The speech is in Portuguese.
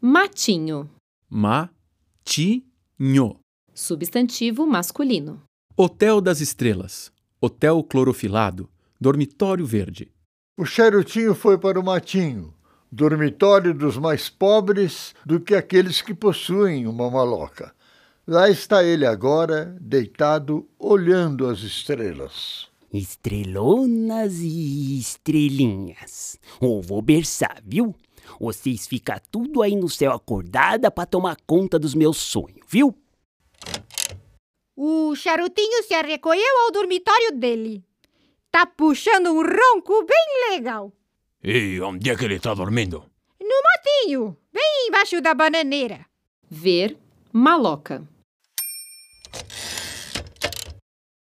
Matinho, Matinho. substantivo masculino. Hotel das Estrelas. Hotel clorofilado. Dormitório verde. O charutinho foi para o matinho, dormitório dos mais pobres do que aqueles que possuem uma maloca. Lá está ele agora, deitado, olhando as estrelas. Estrelonas e estrelinhas. Ou vou berçar, viu? Vocês ficam tudo aí no céu acordada pra tomar conta dos meus sonhos, viu? O charutinho se recolheu ao dormitório dele. Tá puxando um ronco bem legal. E onde é que ele está dormindo? Tinho, bem embaixo da bananeira. Ver, maloca.